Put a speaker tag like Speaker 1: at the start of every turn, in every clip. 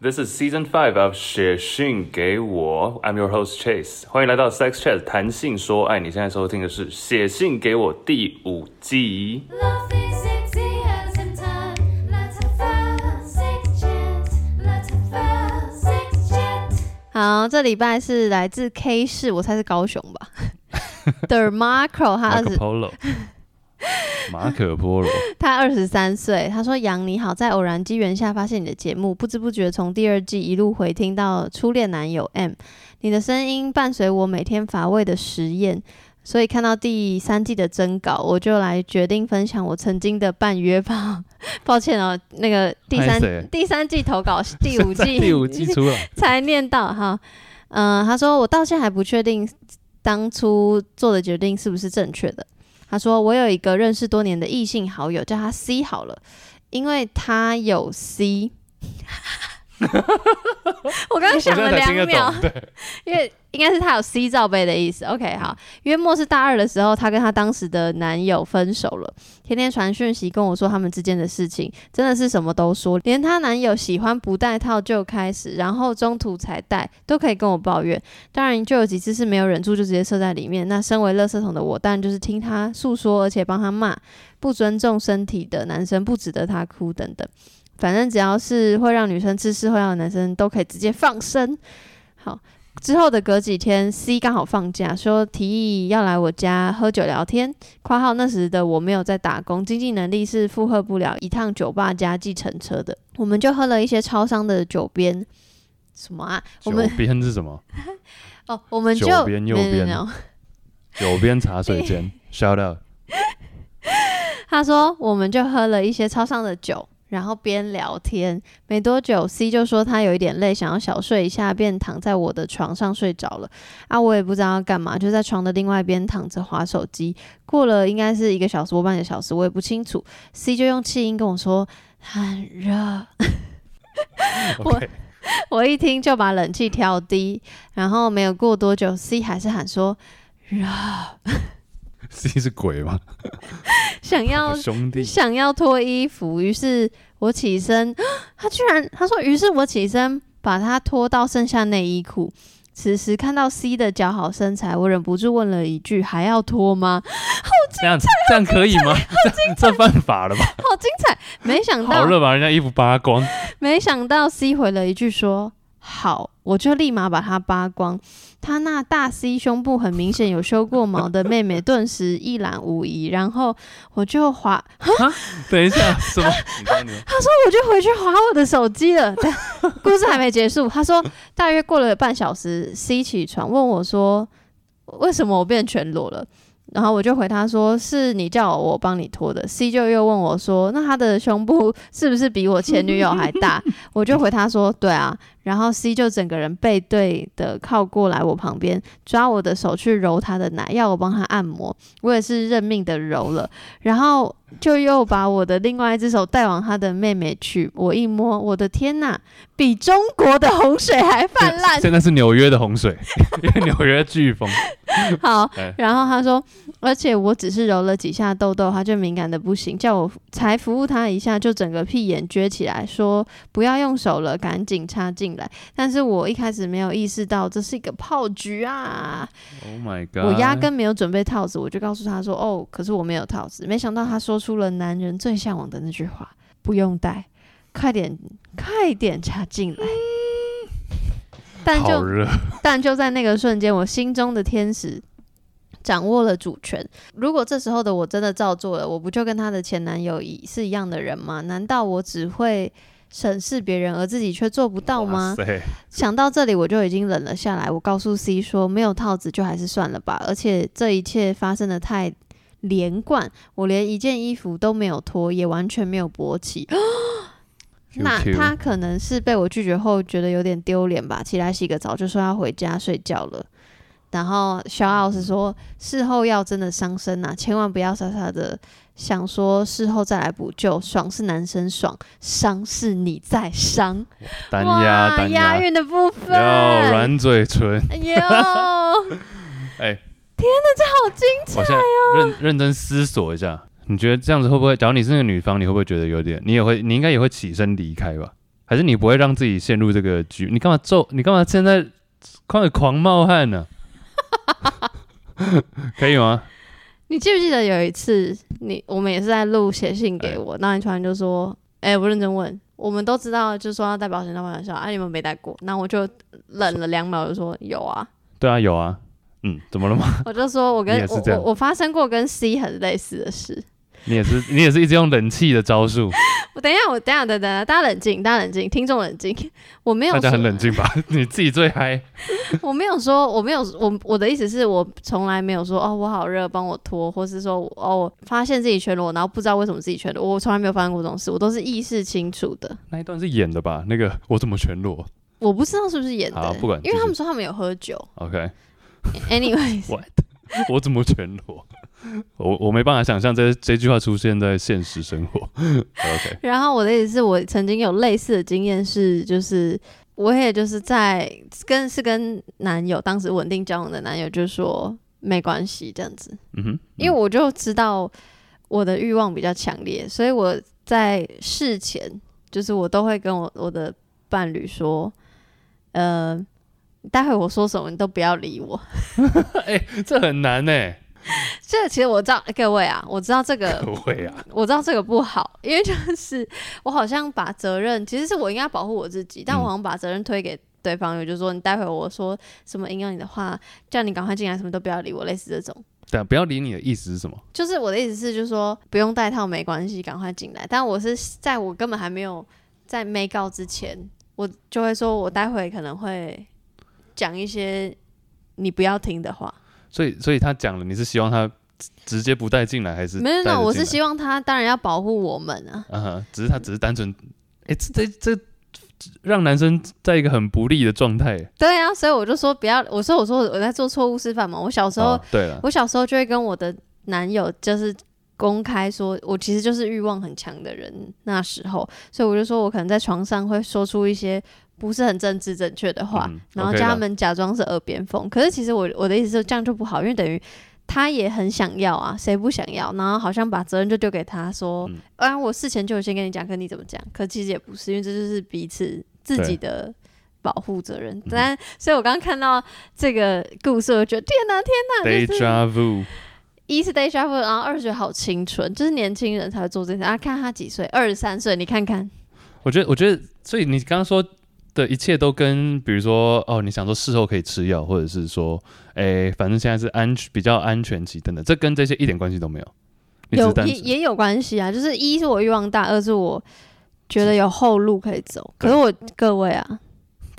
Speaker 1: This is season five of 写信给我，I'm your host Chase，欢迎来到 Sex Chat 谈性说爱。你现在收听的是《写信给我》第五季。
Speaker 2: Love is sexy and sometimes let's have fun, sex chat. Let's have fun, sex chat.
Speaker 3: 好，这礼拜是来自 K 市，我猜是高雄吧。The Marco，他
Speaker 4: 马
Speaker 3: 二
Speaker 4: 可
Speaker 3: 十，
Speaker 4: 波 罗，马可波罗，
Speaker 3: 他二十三岁。他说：“杨你好，在偶然机缘下发现你的节目，不知不觉从第二季一路回听到初恋男友 M，你的声音伴随我每天乏味的实验。”所以看到第三季的征稿，我就来决定分享我曾经的半约炮。 抱歉哦，那个第三
Speaker 4: 拍谁
Speaker 3: 第三季投稿，第五季
Speaker 4: 第五季出了，
Speaker 3: 才念到哈。嗯、他说我到现在还不确定当初做的决定是不是正确的。他说我有一个认识多年的异性好友，叫他 C 好了，因为他 有 C。我刚刚
Speaker 4: 我现
Speaker 3: 想了
Speaker 4: 在才听得
Speaker 3: 两秒
Speaker 4: 懂，，对，
Speaker 3: 因为应该是他有 C 罩杯的意思。OK，好，约莫是大二的时候，她跟她当时的男友分手了，天天传讯息跟我说他们之间的事情，真的是什么都说，连她男友喜欢不戴套就开始，然后中途才戴，都可以跟我抱怨。当然，就有几次是没有忍住就直接射在里面。那身为垃圾桶的我，当然就是听她诉说，而且帮她骂，不尊重身体的男生不值得她哭等等。反正只要是会让女生吃事会让的男生，都可以直接放生。好，之后的隔几天，C 刚好放假，说提议要来我家喝酒聊天。（括号那时的我没有在打工，经济能力是负荷不了一趟酒吧加计程车的。）我们就喝了一些超商的酒边，什么啊？我
Speaker 4: 九
Speaker 3: 们
Speaker 4: 边是什么？
Speaker 3: 哦，我们就
Speaker 4: 左边右
Speaker 3: no, no,
Speaker 4: 边
Speaker 3: no, no
Speaker 4: 九边茶水间，shout out，
Speaker 3: 他说我们就喝了一些超商的酒，然后边聊天。没多久，C 就说他有一点累，想要小睡一下，便躺在我的床上睡着了。啊，我也不知道要干嘛，就在床的另外一边躺着划手机。过了应该是一个小时或半个小时，我也不清楚。C 就用气音跟我说很热。我
Speaker 4: OK，
Speaker 3: 我一听就把冷气调低，然后没有过多久，C 还是喊说热，
Speaker 4: c 是鬼吗？
Speaker 3: 想要
Speaker 4: 兄弟，
Speaker 3: 想要脱衣服，于是我起身， 他居然他说，于是我起身把他脱到剩下内衣裤。此时看到 C 的姣好身材，我忍不住问了一句：“还要脱吗？”
Speaker 4: 这样这样可以吗？这这犯法了吧？
Speaker 3: 好精彩！没想
Speaker 4: 好
Speaker 3: 到，
Speaker 4: 热，把人家衣服扒光，
Speaker 3: 没想到 C 回了一句说：“好。”我就立马把他扒光。他那大 C 胸部很明显有修过毛的妹妹，顿时一览无遗。然后我就滑
Speaker 4: 等一下，什 么？你说你说
Speaker 3: 他说我就回去划我的手机了。但故事还没结束，他说大约过了半小时，C 起床问我说为什么我变全裸了。然后我就回他说：“是你叫我帮你脱的。”C 就又问我说：“那他的胸部是不是比我前女友还大？”我就回他说：“对啊。”然后 C 就整个人背对的靠过来我旁边，抓我的手去揉他的奶，要我帮他按摩。我也是认命的揉了，然后就又把我的另外一只手带往他的妹妹去。我一摸，我的天呐，比中国的洪水还泛滥！
Speaker 4: 现在是纽约的洪 水，因为纽约飓风，
Speaker 3: 好
Speaker 4: 哎，
Speaker 3: 然后他说，而且我只是揉了几下痘痘，他就敏感的不行，叫我才服务他一下，就整个屁眼撅起来，说不要用手了，赶紧插进来。但是我一开始没有意识到这是一个炮局啊，
Speaker 4: ，Oh my god，
Speaker 3: 我压根没有准备套子，我就告诉他说，哦，可是我没有套子。没想到他说出了男人最向往的那句话，不用带，快点，快点插进来。但
Speaker 4: 嗯
Speaker 3: 就
Speaker 4: 好热，
Speaker 3: 但就在那个瞬间，我心中的天使掌握了主权。如果这时候的我真的照做了，我不就跟她的前男友一是一样的人吗？难道我只会审视别人，而自己却做不到吗？
Speaker 4: 哇塞
Speaker 3: 想到这里，我就已经冷了下来。我告诉 C 说，没有套子就还是算了吧。而且这一切发生的太连贯，我连一件衣服都没有脱，也完全没有勃起。那
Speaker 4: QQ
Speaker 3: 他可能是被我拒绝后觉得有点丢脸吧，起来洗个澡就说要回家睡觉了。然后小老师说，事后要真的伤身呐、千万不要傻傻的想说事后再来补救。爽是男生爽，伤是你在伤。
Speaker 4: 单
Speaker 3: 哇，
Speaker 4: 压单
Speaker 3: 押
Speaker 4: 压，
Speaker 3: 韵的部分，
Speaker 4: 要软嘴唇。
Speaker 3: 哎呦，好
Speaker 4: 哎、
Speaker 3: 精
Speaker 4: 我现在认认真思索一下，你觉得这样子会不会？假如你是那个女方，你会不会觉得有点？你也会，你应该也会起身离开吧？还是你不会让自己陷入这个局？你干嘛皱？你干嘛现在快狂冒汗呢、 可以吗？
Speaker 3: 你记不记得有一次，你我们也是在录写信给我，那你突然就说：“哎、我认真问，我们都知道，就是说要带保险套保险套，啊，你们没带过。”那我就冷了两秒，就说：“有啊。
Speaker 4: 对啊，有啊，嗯，怎么了吗？”
Speaker 3: 我就说：“我
Speaker 4: 你
Speaker 3: 跟
Speaker 4: 也是
Speaker 3: 我
Speaker 4: 这样
Speaker 3: 我我发生过跟 C 很类似的事。
Speaker 4: 你也是，你也是一直用冷气的招数，
Speaker 3: 我等一下，我等一下，等一下，大家冷静，大家冷静，听众冷静。我没有
Speaker 4: 大
Speaker 3: 说，
Speaker 4: 家很冷静吧？ 你自己最嗨，
Speaker 3: 我没有说，我没有，我我的意思是我从来没有说哦，我好热，帮我脱，或是说哦，我发现自己全裸，然后不知道为什么自己全裸，我从来没有发生过这种事，我都是意识清楚的。
Speaker 4: 那一段是演的吧？那个我怎么全裸
Speaker 3: 我不知道是不是演的、
Speaker 4: 好不管
Speaker 3: 因为他
Speaker 4: 继续
Speaker 3: 们说他们有喝酒。
Speaker 4: ？OK，
Speaker 3: Anyways，
Speaker 4: What？我怎么全裸？ 我我没办法想象这这句话出现在现实生活。OK，
Speaker 3: 然后我的意思是我曾经有类似的经验是，就是我也就是在跟是跟男友当时稳定交往的男友就说没关系这样子，
Speaker 4: 嗯哼，
Speaker 3: 因为我就知道我的欲望比较强烈，所以我在事前就是我都会跟我我的伴侣说，呃，待会我说什么你都不要理我。
Speaker 4: 哎、这很难呢、
Speaker 3: 这其实我知道各位啊，我知道这个
Speaker 4: 不会啊，
Speaker 3: 我知道这个不好，因为就是我好像把责任，其实是我应该保护我自己，但我好像把责任推给对方，我就说你待会我说什么引诱你的话，叫你赶快进来，什么都不要理我，类似这种。
Speaker 4: 但不要理你的意思是什么？
Speaker 3: 就是我的意思是，就是说不用戴套没关系，赶快进来。但我是在我根本还没有在没告之前，我就会说我待会可能会讲一些你不要听的话。
Speaker 4: 所以所以他讲了，你是希望他直直接不带进来，还是
Speaker 3: 没有，没有，我是希
Speaker 4: 望
Speaker 3: 望他当然要保护我们啊。
Speaker 4: 啊哈，只是他只是单纯，哎、这这这让男生在一个很不利的状态。
Speaker 3: 对啊，所以我就说不要，我说我说我在做错误示范嘛。我小时候、
Speaker 4: 哦，对了，
Speaker 3: 我小时候就会跟我的男友就是公开说，我其实就是欲望很强的人。那时候，所以我就说我可能在床上会说出一些不是很政治正确的话，
Speaker 4: 嗯
Speaker 3: 然后
Speaker 4: OK
Speaker 3: 叫他
Speaker 4: 啦
Speaker 3: 们假装是耳边风。可是其实我我的意思是这样就不好，因为等于。他也很想要啊，谁不想要？然后好像把责任就丢给他，说：“
Speaker 4: 嗯
Speaker 3: 啊，我事前就有先跟你讲，可你怎么讲？可其实也不是，因为这就是彼此自己的保护责
Speaker 4: 嗯
Speaker 3: 任。但所以，我刚刚看到这个故事，我觉得天哪，天哪，就是
Speaker 4: deja vu，
Speaker 3: 一是 day travel，然后二是好青春，就是年轻人才会做这件事。啊，看他几岁，二十三岁，你看看，
Speaker 4: 我觉得，我觉得，所以你刚刚说的一切都跟，比如说，哦，你想说事后可以吃药，或者是说，哎，反正现在是安全比较安全期等等，这跟这些一点关系都没有。你只是
Speaker 3: 有
Speaker 4: 单
Speaker 3: 也
Speaker 4: 纯
Speaker 3: 也有关系啊。就是一是我欲望大，二是我觉得有后路可以走。可是我各位啊，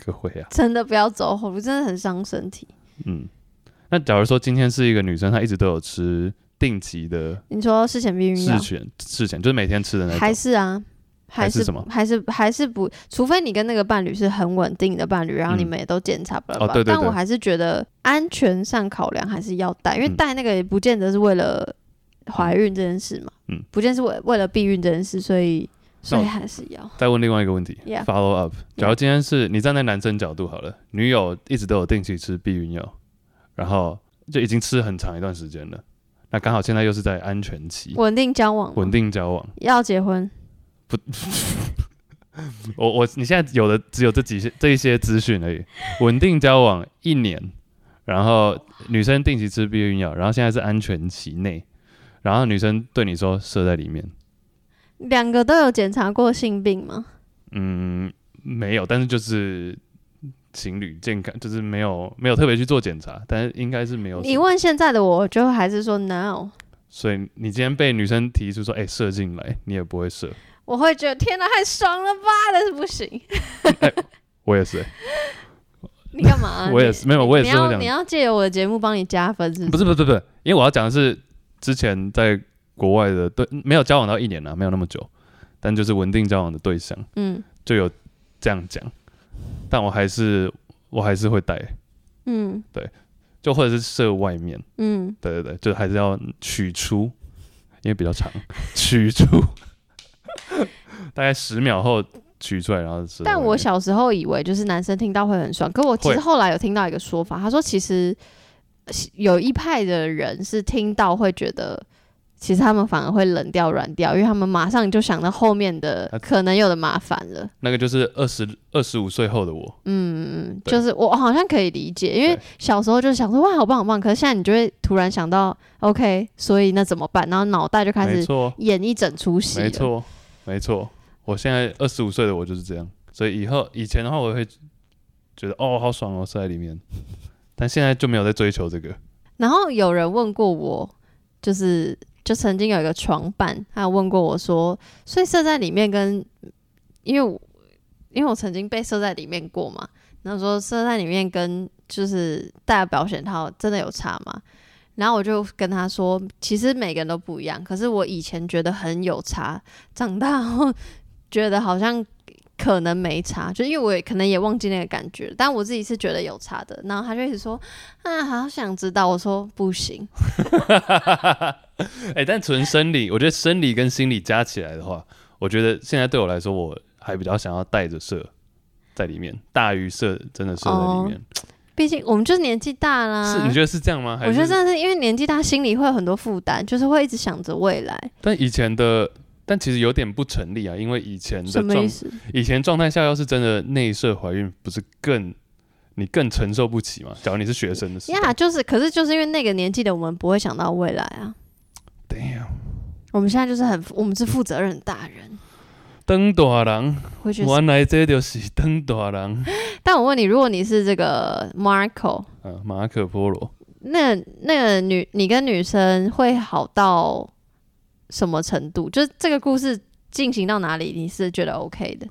Speaker 4: 各位啊，
Speaker 3: 真的不要走后路，真的很伤身体。
Speaker 4: 嗯，那假如说今天是一个女生，她一直都有吃定期的
Speaker 3: 你说事前避孕
Speaker 4: 事
Speaker 3: 药
Speaker 4: 前事前，就是每天吃的那
Speaker 3: 还
Speaker 4: 种，
Speaker 3: 是啊？
Speaker 4: 还
Speaker 3: 还
Speaker 4: 是什么
Speaker 3: 还是还是不，除非你跟那个伴侣是很稳定的伴侣，然后
Speaker 4: 嗯
Speaker 3: 你们也都检查不了、
Speaker 4: 哦对对
Speaker 3: 但我
Speaker 4: 对
Speaker 3: 还是觉得安全上考量还是要带，因为
Speaker 4: 嗯
Speaker 3: 带那个也不见得是为了怀孕这件事嘛，
Speaker 4: 嗯
Speaker 3: 不见得是为为了避孕这件事，所以所以
Speaker 4: 那我
Speaker 3: 还是要。
Speaker 4: 再问另外一个问题
Speaker 3: Yeah
Speaker 4: ，follow up。假如今天是你站在男生角度好了，女友一直都有定期吃避孕药，然后就已经吃很长一段时间了，那刚好现在又是在安全期，
Speaker 3: 稳定交往，
Speaker 4: 稳定交往。
Speaker 3: 要结婚，
Speaker 4: 我我你现在有的只有这几些这一些资讯而已。稳定交往一年，然后女生定期吃避孕药，然后现在是安全期内，然后女生对你说射在里面，
Speaker 3: 两个都有检查过性病吗？
Speaker 4: 嗯，没有，但是就是情侣健康，就是没有没有特别去做检查，但是应该是没有什么。
Speaker 3: 你问现在的我，我就还是说 no，
Speaker 4: 所以你今天被女生提出说，哎、射进来，你也不会射，
Speaker 3: 我会觉得天哪，太爽了吧，但是不 行。
Speaker 4: 我也是、
Speaker 3: 你干嘛、啊
Speaker 4: ？我也是没有
Speaker 3: 你
Speaker 4: 我也
Speaker 3: 你
Speaker 4: 是会这
Speaker 3: 要
Speaker 4: 样
Speaker 3: 你要借由我的节目帮你加分，是不是？
Speaker 4: 不是不是不是不是，因为我要讲的是之前在国外的对，没有交往到一年了、啊没有那么久，但就是稳定交往的对象
Speaker 3: 嗯
Speaker 4: 就有这样讲，但我还是我还是会带，
Speaker 3: 嗯
Speaker 4: 就或者是射外面，
Speaker 3: 嗯，
Speaker 4: 对对对，就还是要取出，因为比较长， 取出，大概十秒后取出来，然后射在外面。
Speaker 3: 但我小时候以为就是男生听到会很爽，可我其实
Speaker 4: 会
Speaker 3: 后来有听到一个说法，他说其实有一派的人是听到会觉得其实他们反而会冷掉、软掉，因为他们马上就想到后面的
Speaker 4: 啊
Speaker 3: 可能有的麻烦了。
Speaker 4: 那个就是二十二十五岁后的我，
Speaker 3: 嗯，
Speaker 4: 对
Speaker 3: 就是我好像可以理解，因为
Speaker 4: 对
Speaker 3: 小时候就是想说哇好棒好棒，可是现在你就会突然想到 OK，所以那怎么办？然后脑袋就开
Speaker 4: 没
Speaker 3: 始
Speaker 4: 错，
Speaker 3: 演一整出戏了。
Speaker 4: 没错，没错。我现在二十五岁的我就是这样，所以以后以前的话我会觉得哦好爽哦睡在里面，但现在就没有在追求这个。
Speaker 3: 然后有人问过我，就是就曾经有一个床伴，他有问过我说，所以射在里面跟，因为我因为我曾经被射在里面过嘛，然后说射在里面跟就是戴保险套真的有差吗？然后我就跟他说，其实每个人都不一样，可是我以前觉得很有差，长大后觉得好像可能没差，就因为我也可能也忘记那个感觉，但我自己是觉得有差的。然后他就一直说，啊，好想知道。我说不行，
Speaker 4: 哎、但纯生理，我觉得生理跟心理加起来的话，我觉得现在对我来说，我还比较想要带着射在里面，大于射真的射在
Speaker 3: 哦
Speaker 4: 里面。
Speaker 3: 毕竟我们就是年纪大啦。
Speaker 4: 是你觉得是这样吗？还
Speaker 3: 啊我觉得
Speaker 4: 是
Speaker 3: 真的是因为年纪大，心里会有很多负担，就是会一直想着未来。
Speaker 4: 但以前的，但其实有点不成立啊，因为以前的
Speaker 3: 什么
Speaker 4: 状
Speaker 3: 意，思？
Speaker 4: 以前状态下要是真的内射怀孕，不是更你更承受不起吗？假如你是学生的时候
Speaker 3: 呀就是，可是就是因为那个年纪的我们不会想到未来啊。
Speaker 4: ，damn，
Speaker 3: 我们现在就是很，我们是负责任的大人，
Speaker 4: 登大人，
Speaker 3: 会觉得。
Speaker 4: 原来这就是登大人，
Speaker 3: 但我问你，如果你是这个 Marco，
Speaker 4: 啊，马可波罗。
Speaker 3: 那那个女，你跟女生会好到什么程度？就是这个故事进行到哪里，你是觉得 OK 的？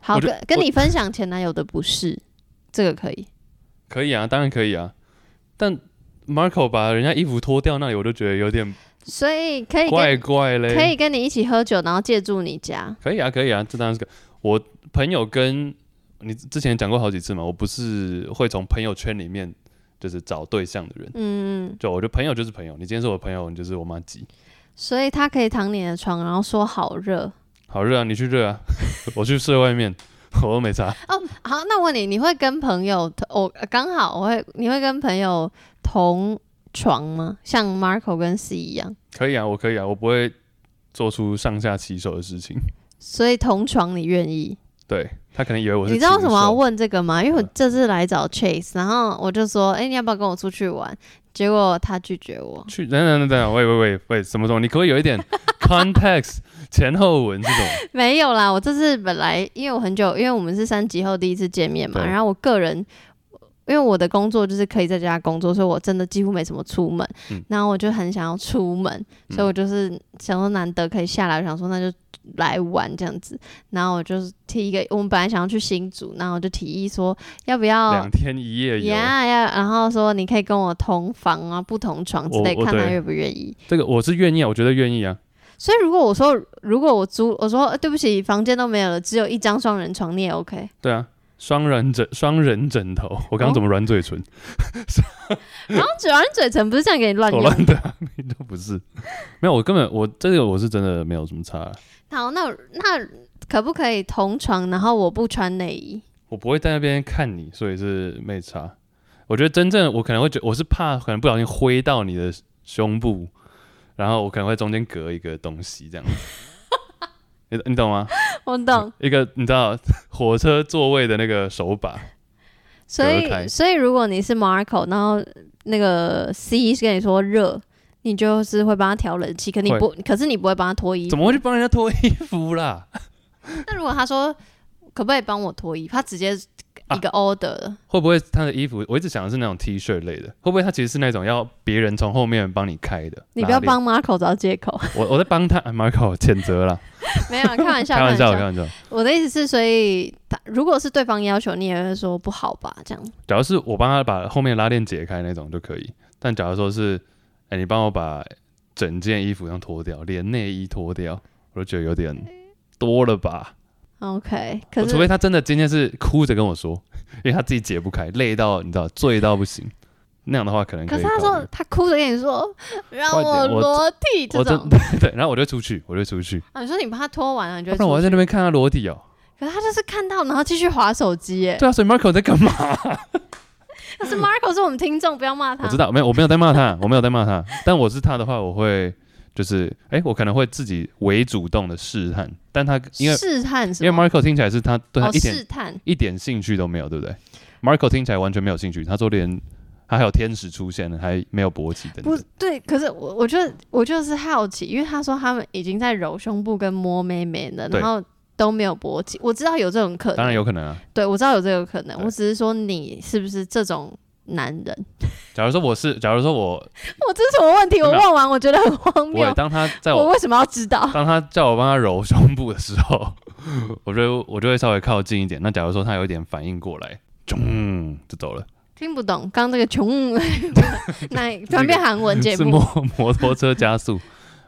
Speaker 3: 好，
Speaker 4: 我觉
Speaker 3: 跟跟你分享前男友的不是，这个可以。
Speaker 4: 可以啊，当然可以啊。但 Marco 把人家衣服脱掉那里，我就觉得有点
Speaker 3: 所以哎可以
Speaker 4: 怪
Speaker 3: 跟
Speaker 4: 怪嘞。
Speaker 3: 可以跟你一起喝酒，然后借住你家。
Speaker 4: 可以啊，可以啊，这当然是个。我朋友跟你之前讲过好几次嘛，我不是会从朋友圈里面就是找对象的人，
Speaker 3: 嗯，
Speaker 4: 就我觉得朋友就是朋友，你今天是我朋友，你就是我妈鸡。
Speaker 3: 所以他可以躺你的床，然后说好热。
Speaker 4: 好热啊，你去热啊， 我去睡外面，我都没差。
Speaker 3: 哦好，那我问你，你会跟朋友我刚好我会你会跟朋友同床吗？像 Marco 跟 C 一样，
Speaker 4: 可以啊，我可以啊，我不会做出上下其手的事情。
Speaker 3: 所以同床你愿意？
Speaker 4: 对他可能以为我是
Speaker 3: 你知道为
Speaker 4: 禽
Speaker 3: 什么要啊
Speaker 4: 兽
Speaker 3: 问这个吗？因为我
Speaker 4: 嗯
Speaker 3: 这次来找 Chase，然后我就说，哎、你要不要跟我出去玩？结果他拒绝我。
Speaker 4: 去等等等等，喂喂喂喂，什么什么？你可不可以有一点 context 前后文这种？
Speaker 3: 没有啦，我这次本来因为我很久，因为我们是三级后第一次见面嘛，
Speaker 4: 对
Speaker 3: 然后我个人。因为我的工作就是可以在家工作，所以我真的几乎没什么出门。
Speaker 4: 嗯
Speaker 3: 然后我就很想要出门，
Speaker 4: 嗯
Speaker 3: 所以我就是想说难得可以下来，我想说那就来玩这样子。然后我就是提一个，我们本来想要去新竹，然后我就提议说要不要
Speaker 4: 两天一夜游
Speaker 3: 呀呀然后说你可以跟我同房啊，不同床之类，
Speaker 4: 我我
Speaker 3: 看他
Speaker 4: 对
Speaker 3: 愿不愿意。
Speaker 4: 这个我是愿意啊，我觉得愿意啊。
Speaker 3: 所以如果我说，如果我租，我说、呃对不起，房间都没有了，只有一张双人床，你也 OK。
Speaker 4: 对啊，双人枕双人枕头，我刚刚
Speaker 3: 哦
Speaker 4: 怎么软嘴唇？
Speaker 3: 然后主要人嘴唇不是这样哦给你乱
Speaker 4: 我
Speaker 3: 用。
Speaker 4: 乱的啊，你都不是。没有，我根本我这个我是真的没有什么差啊、
Speaker 3: 好，那那可不可以同床？然后我不穿内衣，
Speaker 4: 我不会在那边看你，所以是没差。我觉得真正我可能会觉我是怕可能不小心挥到你的胸部，然后我可能会中间隔一个东西这样。你你懂吗？
Speaker 3: 我懂。
Speaker 4: 一个你知道火车座位的那个手把，
Speaker 3: 所
Speaker 4: 隔开
Speaker 3: 以所以如果你是 Marco，然后那个 C E 是跟你说热。你就是会帮他调冷气，可你
Speaker 4: 会
Speaker 3: 不，可是你不会帮他脱衣 服
Speaker 4: 怎。么会去帮人家脱衣服啦？
Speaker 3: 那如果他说可不可以帮我脱衣服，他直接一
Speaker 4: 啊
Speaker 3: 个 order 了。
Speaker 4: 会不会他的衣服？我一直想的是那种 T 恤类的，会不会他其实是那种要别人从后面帮你开的？
Speaker 3: 你不要
Speaker 4: 拉链
Speaker 3: 帮 Marco 找借口，
Speaker 4: 我，我在帮他、哎、Marco 谴责啦，
Speaker 3: 没有啊，开玩笑，
Speaker 4: 开玩
Speaker 3: 笑
Speaker 4: 笑，。开玩笑。
Speaker 3: 我的意思是，所以他如果是对方要求，你也会说不好吧？这样
Speaker 4: 只要是我帮他把后面拉链解开那种就可以，但假如说是，哎、你帮我把整件衣服上脱掉，连内衣脱掉，我就觉得有点多了吧。
Speaker 3: OK。可
Speaker 4: 我除非
Speaker 3: 是
Speaker 4: 他真的今天是哭着跟我说， 因为他自己解不开，累到你知道，醉到不行，那样的话可能
Speaker 3: 嗯可
Speaker 4: 可以
Speaker 3: 是
Speaker 4: 考虑。
Speaker 3: 他说他哭着跟你说让
Speaker 4: 快点
Speaker 3: 我
Speaker 4: 我
Speaker 3: 裸体这
Speaker 4: 我真
Speaker 3: 种，
Speaker 4: 对，然后我就出去，我就出去，
Speaker 3: 啊，你说你把他脱完了，你就
Speaker 4: 不
Speaker 3: 会
Speaker 4: 然我还
Speaker 3: 出
Speaker 4: 在
Speaker 3: 去
Speaker 4: 那边看他裸体哦、
Speaker 3: 可是他就是看到，然后继续划手机 耶。
Speaker 4: 对啊，所以 Marco 在干 嘛？
Speaker 3: 可是 Marco 是我们听众，不要骂他。
Speaker 4: 我知道，没有，我没有在骂他，我没有在骂他。但我是他的话，我会就是哎、我可能会自己为主动的试探，但他因为
Speaker 3: 试探什
Speaker 4: 因为
Speaker 3: 么？
Speaker 4: Marco 听起来是他对他
Speaker 3: 哦，
Speaker 4: 一点、
Speaker 3: 试探
Speaker 4: 一点兴趣都没有，对不对？Marco 听起来完全没有兴趣，他说连他还有天使出现了，还没有勃起等
Speaker 3: 不
Speaker 4: 等，
Speaker 3: 对，可是我我就我就是好奇，因为他说他们已经在揉胸部跟摸妹妹了，
Speaker 4: 对
Speaker 3: 然后都没有勃起，我知道有这种可
Speaker 4: 当然
Speaker 3: 能，
Speaker 4: 有可能啊。
Speaker 3: 对我知道有这个可能，
Speaker 4: 对
Speaker 3: 我只是说你是不是这种男人？
Speaker 4: 假如说我是，假如说我
Speaker 3: 我这是什么问题？
Speaker 4: 真
Speaker 3: 我
Speaker 4: 的
Speaker 3: 问完我觉得很荒
Speaker 4: 不
Speaker 3: 谬
Speaker 4: 会，，当他在
Speaker 3: 我
Speaker 4: 我
Speaker 3: 为什么要知道？
Speaker 4: 当他叫我帮他揉胸部的时候， 我就我就会稍微靠近一点。那假如说他有一点反应过来，嗯，就走了。
Speaker 3: 听不懂，刚那个 穷，那转变韩文节
Speaker 4: 是
Speaker 3: 目
Speaker 4: 摩， 摩托车加速，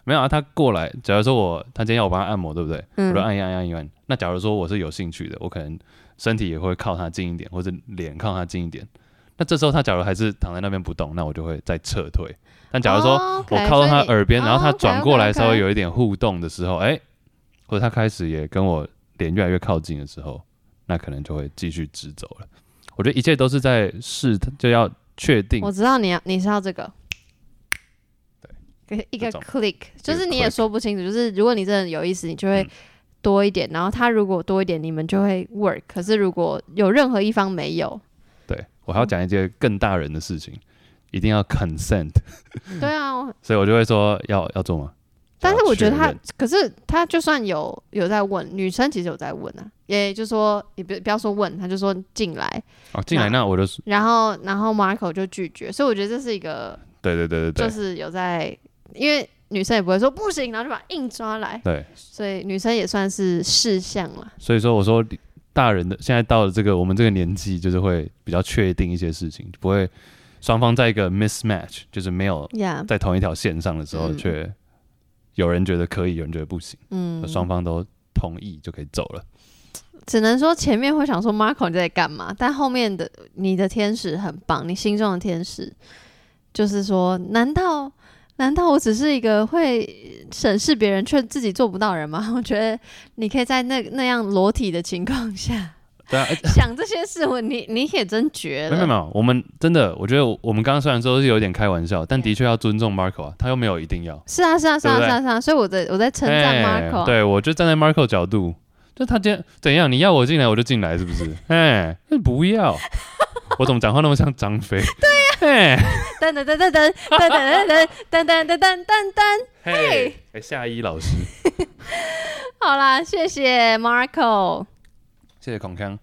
Speaker 4: 没有啊？他过来，假如说我他今天要我帮他按摩，对不对？我就
Speaker 3: 嗯，
Speaker 4: 按一按按一按。那假如说我是有兴趣的，我可能身体也会靠他近一点，或者脸靠他近一点。那这时候他假如还是躺在那边不动，那我就会再撤退。但假如说
Speaker 3: 哦，OK，
Speaker 4: 我靠到他
Speaker 3: 所以你
Speaker 4: 耳边，然后他
Speaker 3: 哦
Speaker 4: 转过来
Speaker 3: OK，OK，OK
Speaker 4: 稍微有一点互动的时候，哎、或者他开始也跟我脸越来越靠近的时候，那可能就会继续直走了。我觉得一切都是在试，就要确定
Speaker 3: 我知道你要你是要这个，对，一个
Speaker 4: 这种
Speaker 3: click，就是你
Speaker 4: 一个
Speaker 3: 也
Speaker 4: click
Speaker 3: 说不清楚，就是如果你真的有意思，你就会
Speaker 4: 嗯
Speaker 3: 多一点，然后他如果多一点，你们就会 work。可是如果有任何一方没有，
Speaker 4: 对我还要讲一件更大人的事情，一定要 consent。嗯
Speaker 3: 对啊，我
Speaker 4: 所以我就会说要要做吗？
Speaker 3: 但是我觉
Speaker 4: 要
Speaker 3: 得
Speaker 4: 确
Speaker 3: 他
Speaker 4: 认，
Speaker 3: 可是他就算有有在问，女生其实有在问啊，也就说也不不要说问，他就说进来，
Speaker 4: 哦进来
Speaker 3: 那
Speaker 4: 那我就是
Speaker 3: 然后然后 Marco 就拒绝，所以我觉得这是一个
Speaker 4: 对对对对对、
Speaker 3: 就是有在，因为女生也不会说不行，然后就把他硬抓来，
Speaker 4: 对，
Speaker 3: 所以女生也算是事项了。
Speaker 4: 所以说我说大人的现在到了这个我们这个年纪，就是会比较确定一些事情，不会双方在一个 mismatch，就是没有
Speaker 3: Yeah，
Speaker 4: 在同一条线上的时候，
Speaker 3: 嗯
Speaker 4: 却有人觉得可以，有人觉得不行，
Speaker 3: 嗯，
Speaker 4: 双方都同意就可以走了。
Speaker 3: 只能说前面会想说 Marco 你在干嘛，但后面的你的天使很棒，你心中的天使就是说，难道难道我只是一个会审视别人却自己做不到的人吗？我觉得你可以在那那样裸体的情况下
Speaker 4: 对啊，哎
Speaker 3: 想这些事，我你你也真绝
Speaker 4: 没有没有
Speaker 3: 了。
Speaker 4: 没有，我们真的，我觉得我们刚刚虽然说是有点开玩笑，但的确要尊重 Marco 啊，他又没有一定要。
Speaker 3: 是啊是啊是
Speaker 4: 对
Speaker 3: 啊
Speaker 4: 不
Speaker 3: 是
Speaker 4: 对
Speaker 3: 啊是啊，所以我在我在称赞
Speaker 4: 哎
Speaker 3: Marco 啊。
Speaker 4: 对，我就站在 Marco 角度，就他今天怎样，你要我进来我就进来，是不是？ 哎，那不要，我怎么讲话那么像张飞？ 对呀、
Speaker 3: 噔噔噔噔噔噔噔噔噔噔噔噔噔噔噔。
Speaker 4: 嘿，嘿，哎，夏一老师，
Speaker 3: 好啦，谢谢 Marco。
Speaker 4: 谢谢孔康。